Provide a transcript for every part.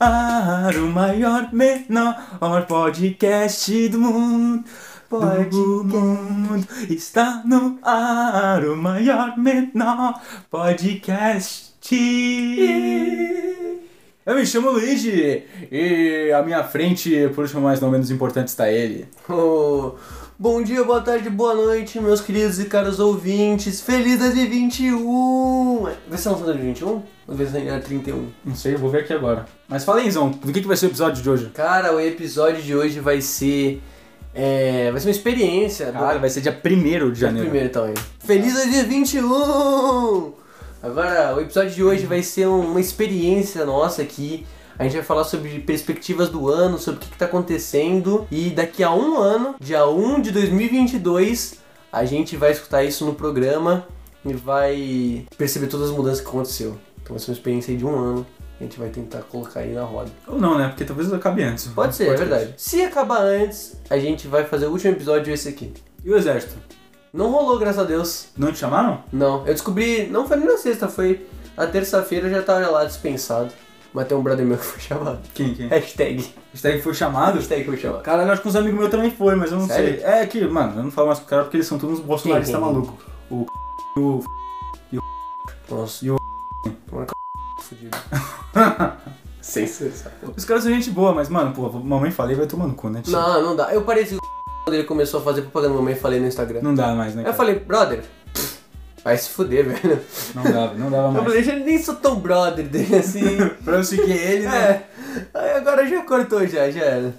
ar o maior, menor podcast do mundo. Podcast. Do mundo está no ar o maior, menor podcast. Eu me chamo Luigi e à minha frente, por último, mas não menos importante, está ele. Oh, bom dia, boa tarde, boa noite, meus queridos e caros ouvintes. Feliz 2021! Vai ser lançado em 21? Ou vai ser em 31? Não sei, eu vou ver aqui agora. Mas fala aí, Zão, do que, que vai ser o episódio de hoje? Cara, o episódio de hoje vai ser. é, vai ser uma experiência. Caralho, vai ser dia 1 de janeiro. Primeiro então, hein? Feliz 2021! Agora, o episódio de hoje vai ser um, uma experiência nossa aqui. A gente vai falar sobre perspectivas do ano, sobre o que, que tá acontecendo. E daqui a um ano, dia 1 de 2022, a gente vai escutar isso no programa e vai perceber todas as mudanças que aconteceu. Então vai ser uma experiência aí de um ano. A gente vai tentar colocar aí na roda. Ou não, né? Porque talvez eu acabe antes. Pode ser, é verdade. Se acabar antes, a gente vai fazer o último episódio esse aqui. E o exército? Não rolou, graças a Deus. Não te chamaram? Não, eu descobri, não foi nem na sexta, foi na terça-feira, eu já tava lá dispensado. Mas tem um brother meu que foi chamado. Quem, quem? Hashtag. Hashtag foi chamado? Hashtag foi chamado. Caralho, acho que uns amigos meus também foi, mas eu não Sério? sei. É que, mano, eu não falo mais com o cara porque eles são todos uns bolsonaristas Quem, quem? malucos. O c... o f... Nossa, E o Mano, c... fudido. Sem sensação. Os caras são gente boa, mas, mano, pô, mamãe falei, vai tomando cu, né? tio? Não, não dá. Eu pareci quando ele começou a fazer propaganda mamãe e falei no Instagram. Não dá mais, né? Aí eu cara? falei, brother, pff, vai se fuder, velho. Não dava, não dava Eu mais. falei, eu nem sou tão brother dele assim. pra eu seguir ele, né? É. Aí agora já cortou, já, já era.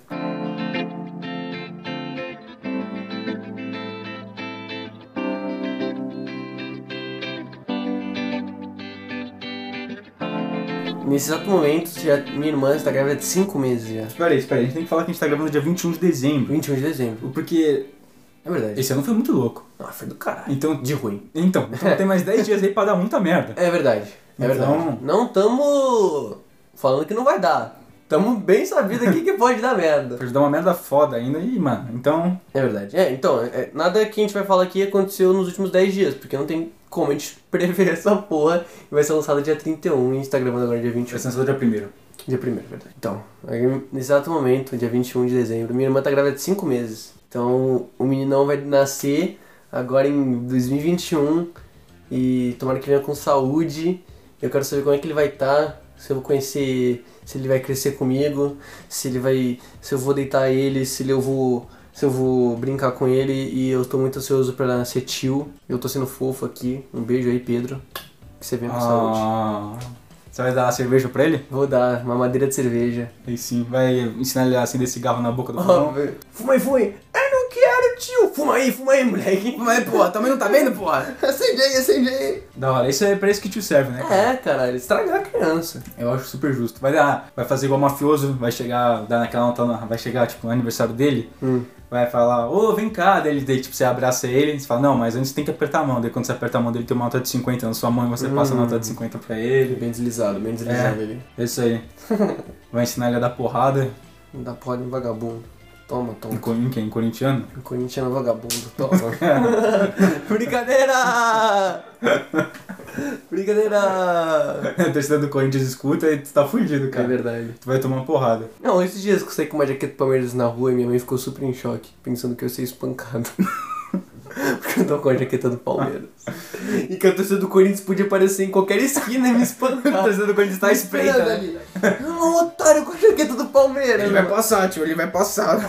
Nesse exato momento, já, minha irmã está grávida de 5 meses já. Espera aí, espera aí. A gente tem que falar que a gente tá gravando dia 21 de dezembro. 21 de dezembro. Porque É verdade. esse ano foi muito louco. Ah, foi do caralho. Então, De ruim. então, então tem mais 10 dias aí pra dar muita merda. É verdade. É Então- verdade. Não tamo falando que não vai dar. Tamo bem sabido aqui que pode dar merda. Pra dar uma merda foda ainda e, mano, então... É verdade. É, então, é- nada que a gente vai falar aqui aconteceu nos últimos 10 dias, porque não tem como a gente prever essa porra. E vai ser lançado dia 31 e a gente tá gravando agora dia 21. Vai ser lançado dia primeiro. Dia 1 verdade. Então, aí, nesse exato momento, dia 21 de dezembro, minha irmã tá grávida de 5 meses. Então, o meninão vai nascer agora em 2021 e tomara que venha com saúde. Eu quero saber como é que ele vai estar, se eu vou conhecer, se ele vai crescer comigo, se ele vai, se eu vou deitar ele, se ele- eu vou, se eu vou brincar com ele e eu tô muito ansioso pra ser tio. Eu tô sendo fofo aqui. Um beijo aí, Pedro. Que você venha com saúde. Ah, você vai dar cerveja pra ele? Vou dar uma madeira de cerveja. Aí sim, vai ensinar ele a acender cigarro na boca do Ó, fogão. velho. Fuma aí, fuma aí. Eu não quero, tio. Fuma aí, fuma aí, moleque. Mas, porra, também não tá vendo, porra? Acende aí, acende aí. Da hora, isso é pra isso que te serve, né, cara? É, caralho, estragar a criança. Eu acho super justo. Vai dar, vai fazer igual mafioso, vai chegar, dar naquela nota, lá, vai chegar, tipo, no aniversário dele, Hum. vai falar, ô, vem cá, daí, ele- daí, tipo, você abraça ele, você fala, não, mas antes tem que apertar a mão. Daí quando você aperta a mão dele, tem uma nota de 50 na sua mão e você passa a nota de 50 pra ele. Bem deslizado, bem deslizado ele. É isso aí. Vai ensinar ele a dar porrada Não dá porra de um vagabundo. Toma, em, toma. co- em quem? Em corintiano? O corintiano é vagabundo, toma. Brincadeira! Brincadeira! A torcida do Corinthians escuta e tu tá fudido, É cara. verdade. Tu vai tomar uma porrada. Não, esses dias que eu saí com uma jaqueta do Palmeiras na rua e minha mãe ficou super em choque, pensando que eu ia ser espancado. Porque eu tô com a jaqueta do Palmeiras. E que a torcida do Corinthians podia aparecer em qualquer esquina e me A espancar. torcida do Corinthians tá espreita, Esperando né? ali. Não, Um otário com a jaqueta do Palmeiras. mano. passar, tio, ele vai passar.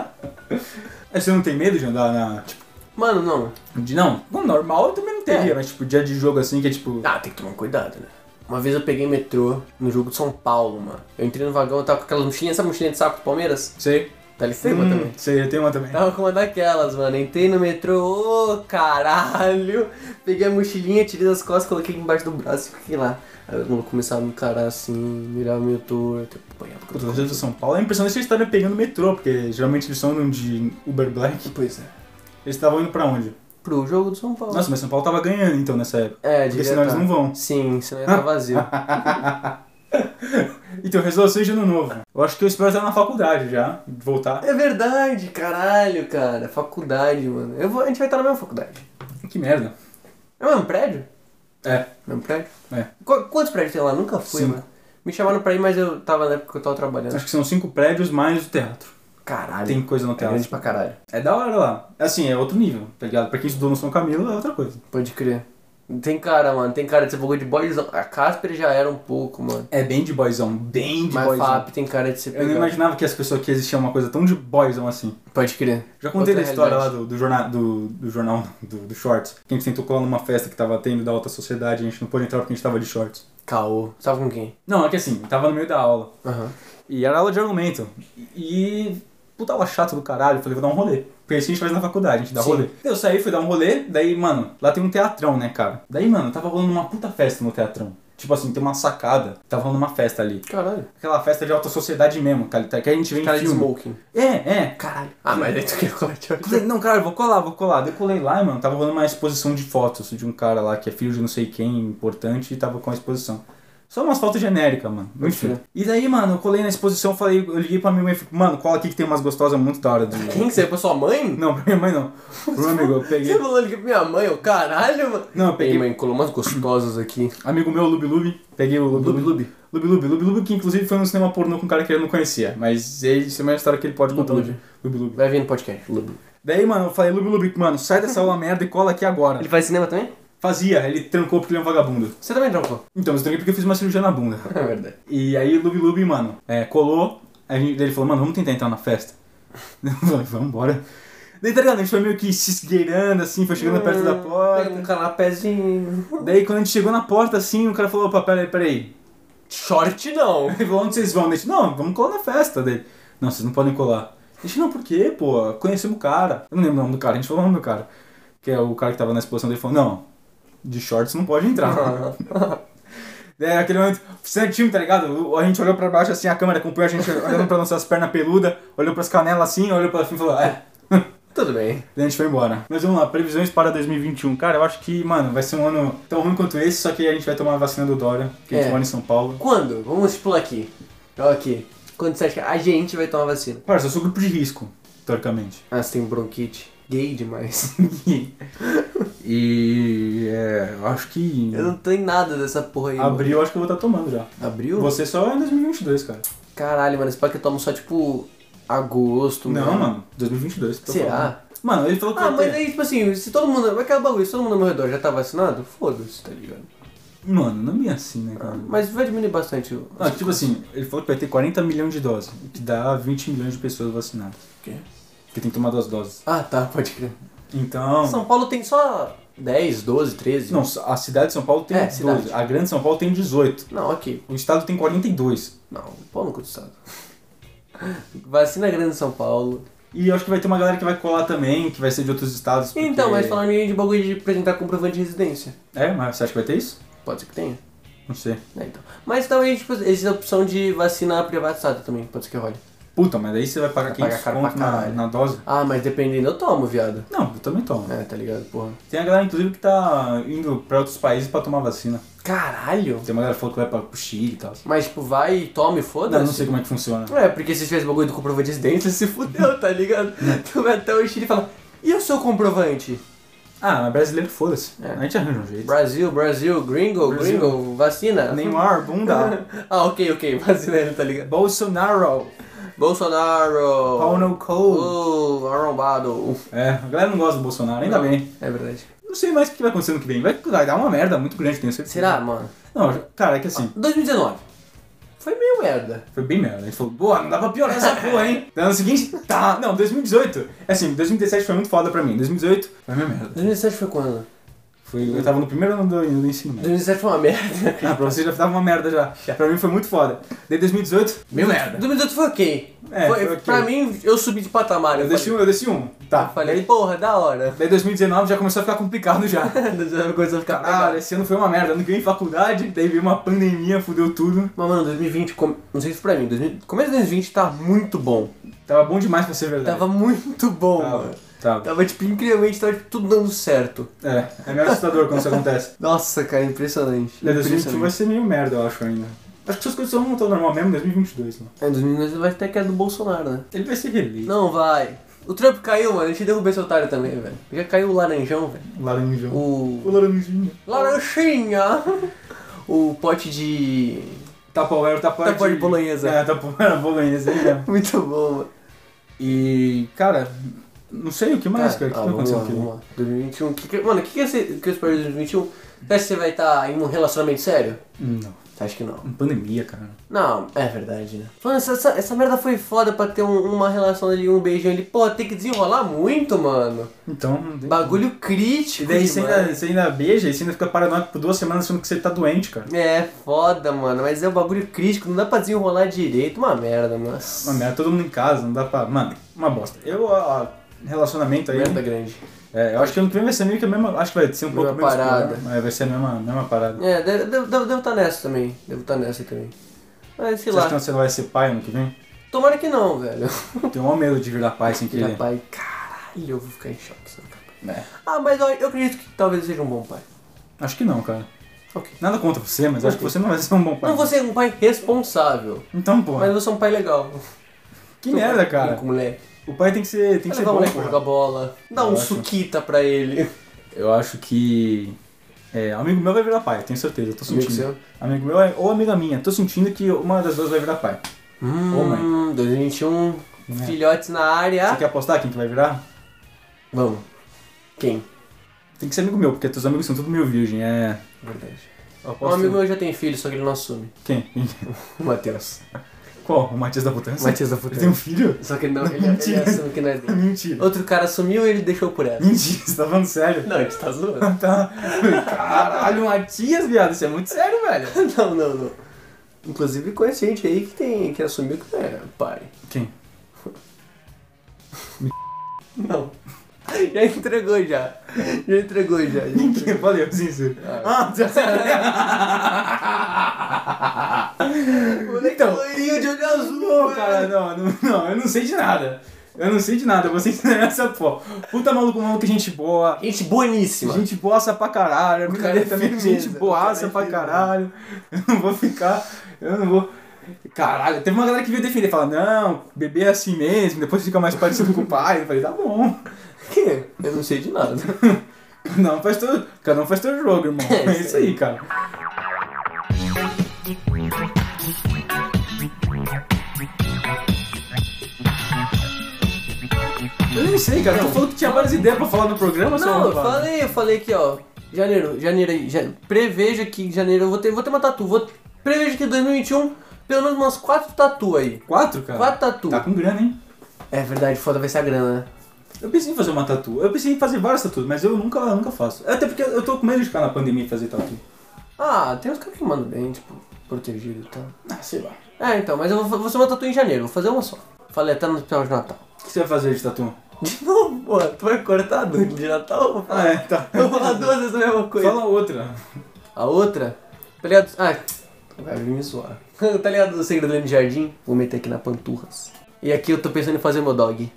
Você não tem medo de andar na. Tipo, Mano, não. de não? Bom, normal eu também não teria, É. mas tipo, dia de jogo assim que é tipo. Ah, tem que tomar cuidado, né? Uma vez eu peguei metrô no jogo de São Paulo, mano. Eu entrei no vagão, eu tava com aquelas mochilinhas, sabe mochilinha de saco do Palmeiras? Sei. Tá ali em cima Hum, também. Sei, eu tenho uma também. Tava com uma daquelas, mano. Entrei no metrô, ô caralho. Peguei a mochilinha, tirei das costas, coloquei embaixo do braço e fiquei lá. Aí o maluco começava a me encarar assim, mirava meu touro, tipo, apanhava Puta, com a torcida do São Paulo, a impressão é que eles estavam pegando metrô, porque geralmente eles são num de Uber Black. Pois é. Eles estavam indo pra onde? Pro jogo do São Paulo. Nossa, mas São Paulo tava ganhando então nessa época. é, Porque devia senão eles tá. não vão. Sim, senão ia tá vazio. Então, resolução de ano novo. Eu acho que eu espero estar na faculdade já, voltar. é verdade, caralho, cara. Faculdade, mano. Eu vou, a gente vai estar na mesma faculdade. Que merda. É o mesmo prédio? É. Mesmo prédio? É. Qu- quantos prédios tem lá? Nunca fui, Cinco. mano. Me chamaram pra ir, mas eu tava na época que eu tava trabalhando. Acho que são cinco prédios mais o teatro. Caralho. Tem coisa no é grande teatro. pra caralho. É da hora lá. Assim, é outro nível, tá ligado? Pra quem estudou no São Camilo é outra coisa. Pode crer. Tem cara, mano. Tem cara de ser bagulho de boyzão. A Casper já era um pouco, mano. É bem de boyzão, bem de Mas boyzão. FAP tem cara de ser Eu não pegado. imaginava que as pessoas aqui existiam uma coisa tão de boyzão assim. Pode crer. Já contei Outra da história lá realidade. do, do jornal, do, do jornal, do, do shorts. Que a gente tentou colar numa festa que tava tendo da alta sociedade, a gente não pôde entrar porque a gente tava de shorts. Caô. Tava com quem? Não, é que assim, eu tava no meio da aula. Aham. E era aula de argumento. E. Puta aula chata do caralho, eu falei, vou dar um rolê. Porque isso a gente faz na faculdade, a gente dá Sim. rolê. Eu saí, fui dar um rolê, daí, mano, lá tem um teatrão, né, cara? Daí, mano, tava rolando uma puta festa no teatrão. Tipo assim, tem uma sacada, tava rolando uma festa ali. Caralho. Aquela festa de alta sociedade mesmo, cara, que a gente vê em Cara de filme. smoking. É, é, Caralho. Ah, mas daí tu quer colar de eu Falei, não, cara, eu vou colar, vou colar. Daí eu colei lá, e, mano, tava rolando uma exposição de fotos de um cara lá que é filho de não sei quem, importante, e tava com a exposição. Só umas fotos genéricas, mano. Pode Enfim. crer. E daí, mano, eu colei na exposição, falei, eu liguei pra minha mãe e falei, mano, cola aqui que tem umas gostosas muito da hora. Do... Quem que você é? Pra sua mãe? Não, pra minha mãe não. Pro meu amigo, eu Você peguei. falou ali pra minha mãe, ô caralho, mano. Não, eu Ei, peguei. mãe, colou umas gostosas aqui. Amigo meu, Lubi Lubi. Peguei o Lubi Lubi. Lube. Lubi Lubi, Lubi Lubi, que inclusive foi no cinema pornô com um cara que ele não conhecia. Mas ele- isso é uma história que ele pode Lubi contar. Lubi Lubi. Lubi. Vai vir no podcast. Lube. Daí, mano, eu falei, Lubi Lubi, mano, sai dessa aula merda e cola aqui agora. Ele faz cinema também? Fazia, ele trancou porque ele é um vagabundo. Você também trampou. Então, eu tranquei porque eu fiz uma cirurgia na bunda. É verdade. E aí, Lubi Lubi, mano, é, colou. A gente, daí ele falou, mano, vamos tentar entrar na festa. Eu falei, vamos embora. Daí, tá ligado? A gente foi meio que se esgueirando, assim, foi chegando perto da Pega um porta. canapézinho. Daí, quando a gente chegou na porta, assim, o cara falou, opa, peraí, peraí. Short não. Ele falou, onde vocês vão? Daí A gente, não, vamos colar na festa. Daí, ele, não, vocês não podem colar. A gente, não, por quê, pô? Conhecemos o cara. Eu não lembro o nome do cara, a gente falou o nome do cara. Que é o cara que tava na exposição dele, falou, não, de shorts não pode entrar. É, aquele momento, oficina de time, tá ligado? O- A gente olhou pra baixo assim, a câmera acompanhou a gente olhando pra nossas pernas peludas, olhou pras canelas assim, olhou pra fim e falou, é. Tudo bem. Daí a gente foi embora. Mas vamos lá, previsões para 2021. Cara, eu acho que, mano, vai ser um ano tão ruim quanto esse, só que a gente vai tomar a vacina do Dória, que a gente É. mora em São Paulo. Quando? Vamos pular aqui. Ó, aqui. Quando você acha que a gente vai tomar vacina? Parça, eu sou grupo de risco, teoricamente. Ah, você tem bronquite. Gay demais. e é, eu acho que. Eu não tenho nada dessa porra aí. mano. Abril, eu acho que eu vou estar tomando já. Abril? Você só é em 2022, cara. Caralho, mano. Esse pack eu tomo só tipo agosto. Não, mano, 2022. tô falando. Será? Mano, ele falou que Ah, vai mas ter- aí, tipo assim, se todo mundo. Vai aquele bagulho, se todo mundo ao meu redor já tá vacinado, foda-se, tá ligado? Mano, não é bem assim, né, cara? Mas vai diminuir bastante o. Ah, tipo assim, ele falou que vai ter 40 milhões de doses, o que dá 20 milhões de pessoas vacinadas. Quê? Porque tem que tomar duas doses. Ah, tá, pode crer. Então. São Paulo tem só 10, 12, 13. Não, a cidade de São Paulo tem É, 12, cidade. a grande São Paulo tem 18. Não, ok. O estado tem 42. Não, pau no cu do estado. Vacina grande em São Paulo. E eu acho que vai ter uma galera que vai colar também, que vai ser de outros estados. porque- Então, mas falando de bagulho de apresentar comprovante de residência. É, mas você acha que vai ter isso? Pode ser que tenha. Não sei. É, então. Mas talvez tipo, existe a opção de vacina privatizada também, pode ser que role. Puta, mas daí você vai pagar Vai pagar 500 caro conto pra na, caralho. na dose? Ah, mas dependendo eu tomo, viado. Não, eu também tomo. É, tá ligado, porra. Tem a galera, inclusive, que tá indo pra outros países pra tomar vacina. Caralho! Tem uma galera que falou que vai pra, pro Chile e tal. Mas tipo, vai e tome, foda-se. Não, eu não sei como é que funciona. É, porque se tivesse bagulho do comprovante de residência, se fudeu, tá ligado? É. tu vai até o Chile e fala, e o seu comprovante? Ah, mas brasileiro, foda-se. É. A gente arranja um jeito. Brasil, Brasil, gringo, Brasil. gringo, vacina. Neymar, bunda. Ah, ok, ok, brasileiro, tá ligado? Bolsonaro, Bolsonaro. Paulo Cole. Oh, arrombado. É, a galera não gosta do Bolsonaro, ainda bem. É verdade. Não sei mais o que vai acontecer no que vem. Vai, vai dar uma merda muito grande, tenho certeza. Será, mano? Não, cara, é que assim, 2019. Foi meio merda. foi bem merda. A gente falou, boa, não dá pra piorar essa porra, hein? No ano seguinte, tá. Não, 2018. É assim, 2017 foi muito foda pra mim. 2018 foi minha merda. 2017 foi quando? Foi, eu tava no primeiro ano do, do ensino médio. 2017 foi uma merda. Ah, pra você já tava uma merda já. Pra mim foi muito foda. Daí 2018, meio merda. 2018 foi ok. É, foi ok. Pra mim, eu subi de patamar. Eu deixei, falei, um- eu deixei um. Tá. eu falei, porra, da hora. Daí 2019 já começou a ficar complicado já. coisa a ficar Caralho, esse ano foi uma merda. Ano que vem faculdade, daí veio uma pandemia, fudeu tudo. Mas, mano, 2020, com- não sei se pra mim, 2000 começo de 2020 tá muito bom. Tava bom demais pra ser verdade. Tava muito bom, É. Tava. mano. Tava. Tava, tipo, incrivelmente, tava tipo, tudo dando certo. É, é meio assustador quando isso acontece. Nossa, cara, impressionante. Daí 2021 vai Impressionante. ser meio merda, eu acho ainda. Acho que essas coisas só vão voltar ao normal mesmo em 2022, mano. É, 2022 vai ter que é do Bolsonaro, né? Ele vai ser reeleito. Não vai. O Trump caiu, mano. Deixa eu derrubar esse otário também, velho. Já caiu o laranjão, velho. Laranjão. O. O laranjinho. Laranjinha! O pote de. Tupperware, Tupperware Tupperware de bolonhesa. É, Tupperware bolonhesa, ele mesmo. Muito bom, mano. E, cara, não sei o que mais, cara. O que ah, não vamos aconteceu lá, aqui? vamos lá. 2021. Que, que- mano, o que, que, é esse- que eu espero de 2021? Você acha que você vai estar em um relacionamento sério? Hum, Não. Acho que não. Pandemia, cara. Não, é verdade, né? Mano, essa, essa, essa merda foi foda pra ter um- uma relação ali, um beijão ali. Pô, tem que desenrolar muito, mano. Então, não tem- Bagulho crítico. E daí você demais. ainda, você ainda beija e você ainda fica paranoico por duas semanas achando que você tá doente, cara. É, foda, mano. Mas é um bagulho crítico, não dá pra desenrolar direito. Uma merda, mano. Uma merda, todo mundo em casa, não dá pra. Mano, uma bosta. Eu, ó, ó, relacionamento aí. Merda grande. É, eu acho que ano que vem vai ser meio que a mesma. Acho que vai ser um Mesma pouco menos parada. problema, mas vai ser a mesma, mesma parada. É, devo estar nessa também. Devo estar nessa também. Mas sei Você acha lá. que você não vai ser pai ano que vem? Tomara que não, velho. Tenho um medo de virar pai sem Filha querer. pai, caralho, eu vou ficar em choque. se eu não ficar. É. Ah, mas eu, eu acredito que talvez eu seja um bom pai. Acho que não, cara. Ok. Nada contra você, mas acho que você não vai ser um bom pai. Não vou ser um pai responsável, Então, pô, mas eu vou ser um pai legal. que merda, cara. Com moleque. O pai tem que ser, tem Vai que ser levar o bom, moleque pra jogar pô. bola, dar um Eu acho. suquita pra ele. Eu acho que. É, amigo meu vai virar pai, tenho certeza, eu tô Amigo sentindo. seu. Amigo meu é- ou amiga minha, tô sentindo que uma das duas vai virar pai. Hum, 2021, É. filhotes na área. Você quer apostar quem que vai virar? Vamos. Quem? Tem que ser amigo meu, porque teus amigos são tudo meio virgem, é. Verdade. Eu aposto- Um amigo meu já tem filho, só que ele não assume. Quem? Quem? O Matheus. Qual? O Matias da Potência? Matias da Ele tem um Futebol. filho? Só que não, ele, ele Mentira. assume que não é dele. Mentira. Outro cara assumiu e ele deixou por ela. Mentira, você tá falando sério? Não, ele tá zoando. Tá. Caralho, Matias, viado, isso é muito sério, velho. Não, não, não. Inclusive conhece gente aí que tem que assumiu que não é pai. Quem? Não. Já entregou já. Já entregou já. já entregou. Quem? Falei, eu sincero. Ah, já sei. O moleque Então. loirinho de olho azul, Não, mano. cara, não, não, não, eu não sei de nada. Eu não sei de nada, eu vou ser sincero nessa porra. Puta maluco, maluco, gente boa. Gente boníssima. Gente boaça pra caralho. O Amigo cara é dele também, firmeza, gente o cara é boaça pra firmeza. caralho. Eu não vou ficar, eu não vou. Caralho, teve uma galera que veio defender, fala, não, bebê é assim mesmo, depois fica mais parecido com o pai. Eu falei, tá bom. Quê? Eu não sei de nada. Cada um faz teu, cada um faz teu jogo, irmão. É É isso isso aí. aí, cara. Eu nem sei, cara. Tu falou que tinha várias ideias pra falar no programa, seu Não, eu arrombado. falei, eu falei aqui, ó. Janeiro, janeiro aí. Ja... Prevejo que em janeiro eu vou ter, vou ter uma tatu. Vou... Prevejo que em 2021, pelo menos umas quatro tatu aí. Quatro, cara? Quatro tatu. Tá com grana, hein? É verdade, foda vai ser a grana, né? Eu pensei em fazer uma tatu. Eu pensei em fazer várias tatuas, mas eu nunca, nunca faço. É Até porque eu tô com medo de ficar na pandemia e fazer tatu. Ah, tem uns caras que mandam bem, tipo, protegido e tal. Ah, sei lá. É, então, mas eu vou, fa- vou fazer uma tatu em janeiro, vou fazer uma só. Falei até no especial de Natal. O que você vai fazer de tatu? De novo, pô, tu vai cortar do de Natal? Ah, é, tá. Eu vou falar duas vezes a mesma coisa. Fala outra. A outra, tá ligado? Ah, vai vir me zoar. tá ligado do segredo do jardim? Vou meter aqui na panturras. E aqui eu tô pensando em fazer meu dog.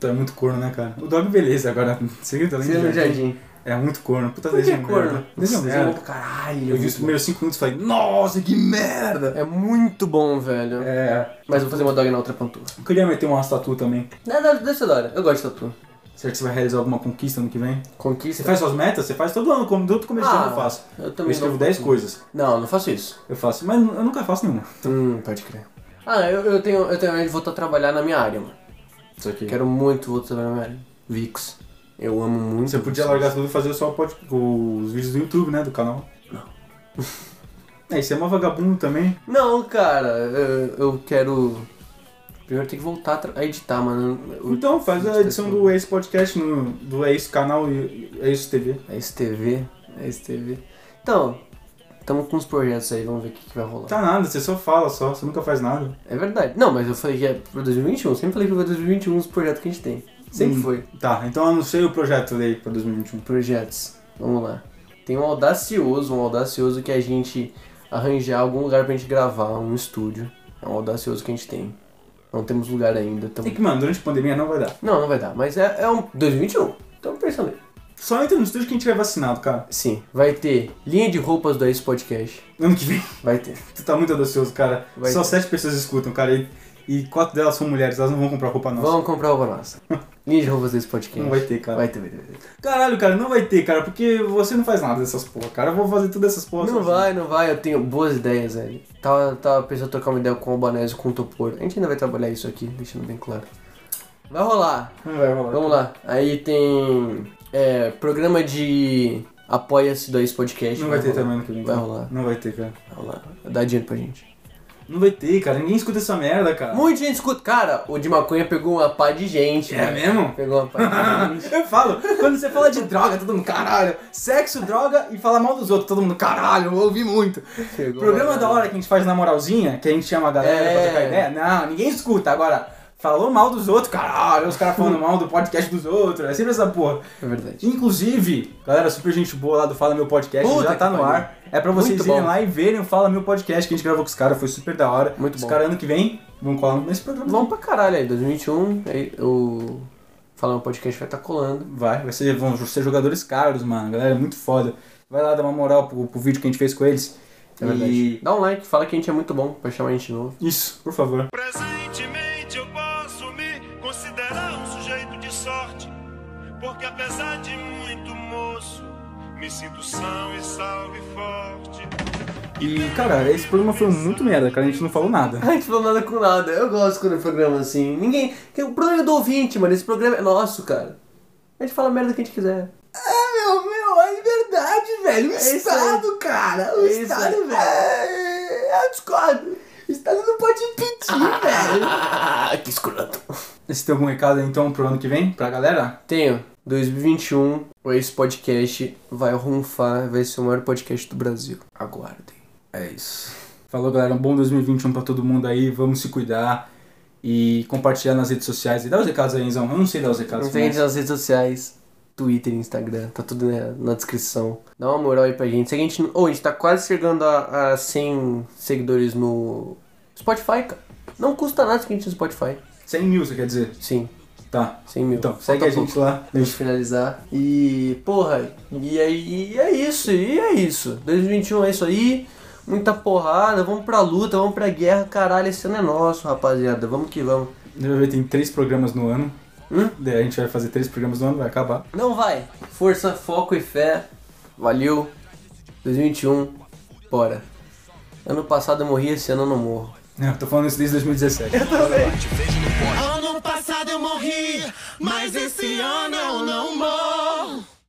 Tu é muito corno, né, cara? O dog, beleza, agora. Segredo além Segredo do de jardim. jardim. É muito corno. Puta Por que desenho corno? merda. Desenho Desenho merda. bom pra caralho. Eu vi os primeiros 5 minutos e falei, nossa, que merda! É muito bom, velho. É, Mas vou fazer meu dog na outra panturra. eu queria meter uma tatu também. Nada, deve ser da hora. Eu gosto de tatu. Será que você vai realizar alguma conquista ano que vem? Você Conquista. faz suas metas? Você faz todo ano, como todo começo de Ah, ano eu faço. Eu Eu também escrevo não- 10 coisas. Não, não faço isso. Eu faço, mas eu nunca faço nenhuma. Hum, pode crer. Ah, eu, eu tenho. Eu tenho eu voltar a trabalhar na minha área, mano. Isso aqui. Quero muito voltar a trabalhar na minha área. Vix. Eu amo muito. Você podia Vix. largar tudo e fazer só o pod- os vídeos do YouTube, né? Do canal. Não. É, e você é uma vagabundo também. Não, cara, eu, eu quero. Primeiro tem que voltar a tra- a editar, mano. Eu- Então, faz a edição do Ace Podcast, no, do Ace Canal e e Ace TV. É isso TV, é isso TV. Então, estamos com uns projetos aí, vamos ver o que, que vai rolar. Tá nada, você só fala só, você nunca faz nada. É verdade. Não, mas eu falei que é pra 2021, sempre falei que foi 2021 os projetos que a gente tem. Sempre Hum. foi. Tá, então eu não sei o projeto daí pra 2021. Projetos, vamos lá. Tem um audacioso, um audacioso que a gente arranjar algum lugar pra gente gravar, um estúdio. É um audacioso que a gente tem. Não temos lugar ainda. Tamo... Tem que, Então, mano, durante a pandemia não vai dar. Não, não vai dar, mas é, é um 2021. Estamos pensando aí. Só entra no estúdio quem tiver vacinado, cara. Sim, vai ter linha de roupas do Ace Podcast. Ano que vem, Vai ter. tu tá muito audacioso, cara. Vai Só ter. sete pessoas escutam, cara. E e quatro delas são mulheres, elas não vão comprar roupa nossa. Vamos comprar roupa nossa. Ninja roubas desse podcast. Não vai ter, cara. Vai ter, vai ter. Vai ter. Caralho, cara, não vai ter, cara, porque você não faz nada dessas porra, cara. Eu vou fazer todas essas porra. Não sozinho. vai, não vai. Eu tenho boas ideias, Tá, velho. Tava, tava pensando em trocar uma ideia com o Albanese, com o Topor. A gente ainda vai trabalhar isso aqui, deixando bem claro. Vai rolar. Não vai rolar. Vamos lá. Aí tem é, programa de apoia-se do Ex Podcast. Não vai ter rolar. também no que vem. Vai cara. rolar. Não vai ter, cara. Vai rolar. Dá dinheiro pra gente. Não vai ter, cara. Ninguém escuta essa merda, cara. Muita gente escuta. Cara, o de maconha pegou uma pá de gente. É velho. mesmo? Pegou uma pá de gente. Eu falo, quando você fala de droga, todo mundo, caralho. Sexo, droga e falar mal dos outros, todo mundo, caralho, eu ouvi muito. O Pegou programa uma- da hora que a gente faz na moralzinha, que a gente chama a galera É. pra trocar ideia, não, ninguém escuta. Agora, falou mal dos outros, caralho, os caras falando mal do podcast dos outros, é sempre essa porra. É verdade. Inclusive, galera, super gente boa lá do Fala Meu Podcast, Puta já tá que no pariu. ar. É pra vocês Muito irem bom. lá e verem o Fala Meu Podcast que a gente gravou com os caras, foi super da hora. Muito os bom. caras ano que vem vão colar nesse programa. Vamos pra caralho aí. 2021, aí, o Falando Podcast vai estar colando. Vai, vai ser, vão ser jogadores caros, mano. Galera, é muito foda. Vai lá dar uma moral pro, pro vídeo que a gente fez com eles. É verdade. E- Dá um like, fala que a gente é muito bom pra chamar a gente de novo. Isso, por favor. Presentemente eu posso me considerar um sujeito de sorte, porque apesar de muito moço, me sinto são e salve forte. E, cara, esse programa foi muito merda, cara. A gente não falou nada. A gente falou nada com nada. Eu gosto quando é programa assim. Ninguém. que O problema é do ouvinte, mano. Esse programa é nosso, cara. A gente fala a merda que a gente quiser. Meu, meu, é verdade, velho. O É isso Estado, cara. o Estado, velho. É, eu discordo. O Estado não pode impedir, velho. Ah, que escroto. Você tem algum recado, então, pro ano que vem? Pra galera? Tenho. 2021, esse um, podcast vai ronfar, vai ser o maior podcast do Brasil. Aguardem. É isso. Falou, galera. Um bom 2021 pra todo mundo aí. Vamos se cuidar. E compartilhar nas redes sociais. E dá os recados aí, Enzão. Eu não sei dar os recados. né? Não tem mas- nas redes sociais. Twitter, Instagram, tá tudo na, na descrição. Dá uma moral aí pra gente. Se a gente. Ou a gente tá quase chegando a, a 100 seguidores no Spotify, cara. Não custa nada que a gente no Spotify. 100 mil, você quer dizer? Sim, Tá. 100 mil. Então, Falta segue a pouco gente lá. pra gente finalizar. E, porra, e aí e é isso, e é isso. 2021 é isso aí. Muita porrada, vamos pra luta, vamos pra guerra, caralho, esse ano é nosso, rapaziada. Vamos que vamos. Já vai tem três programas no ano. Hum? Daí a gente vai fazer três programas no ano, vai acabar. Não vai. Força, foco e fé. Valeu. 2021, bora. Ano passado eu morri, esse ano eu não morro. Não, tô falando isso desde 2017. Ano passado eu morri, mas esse ano eu não morro.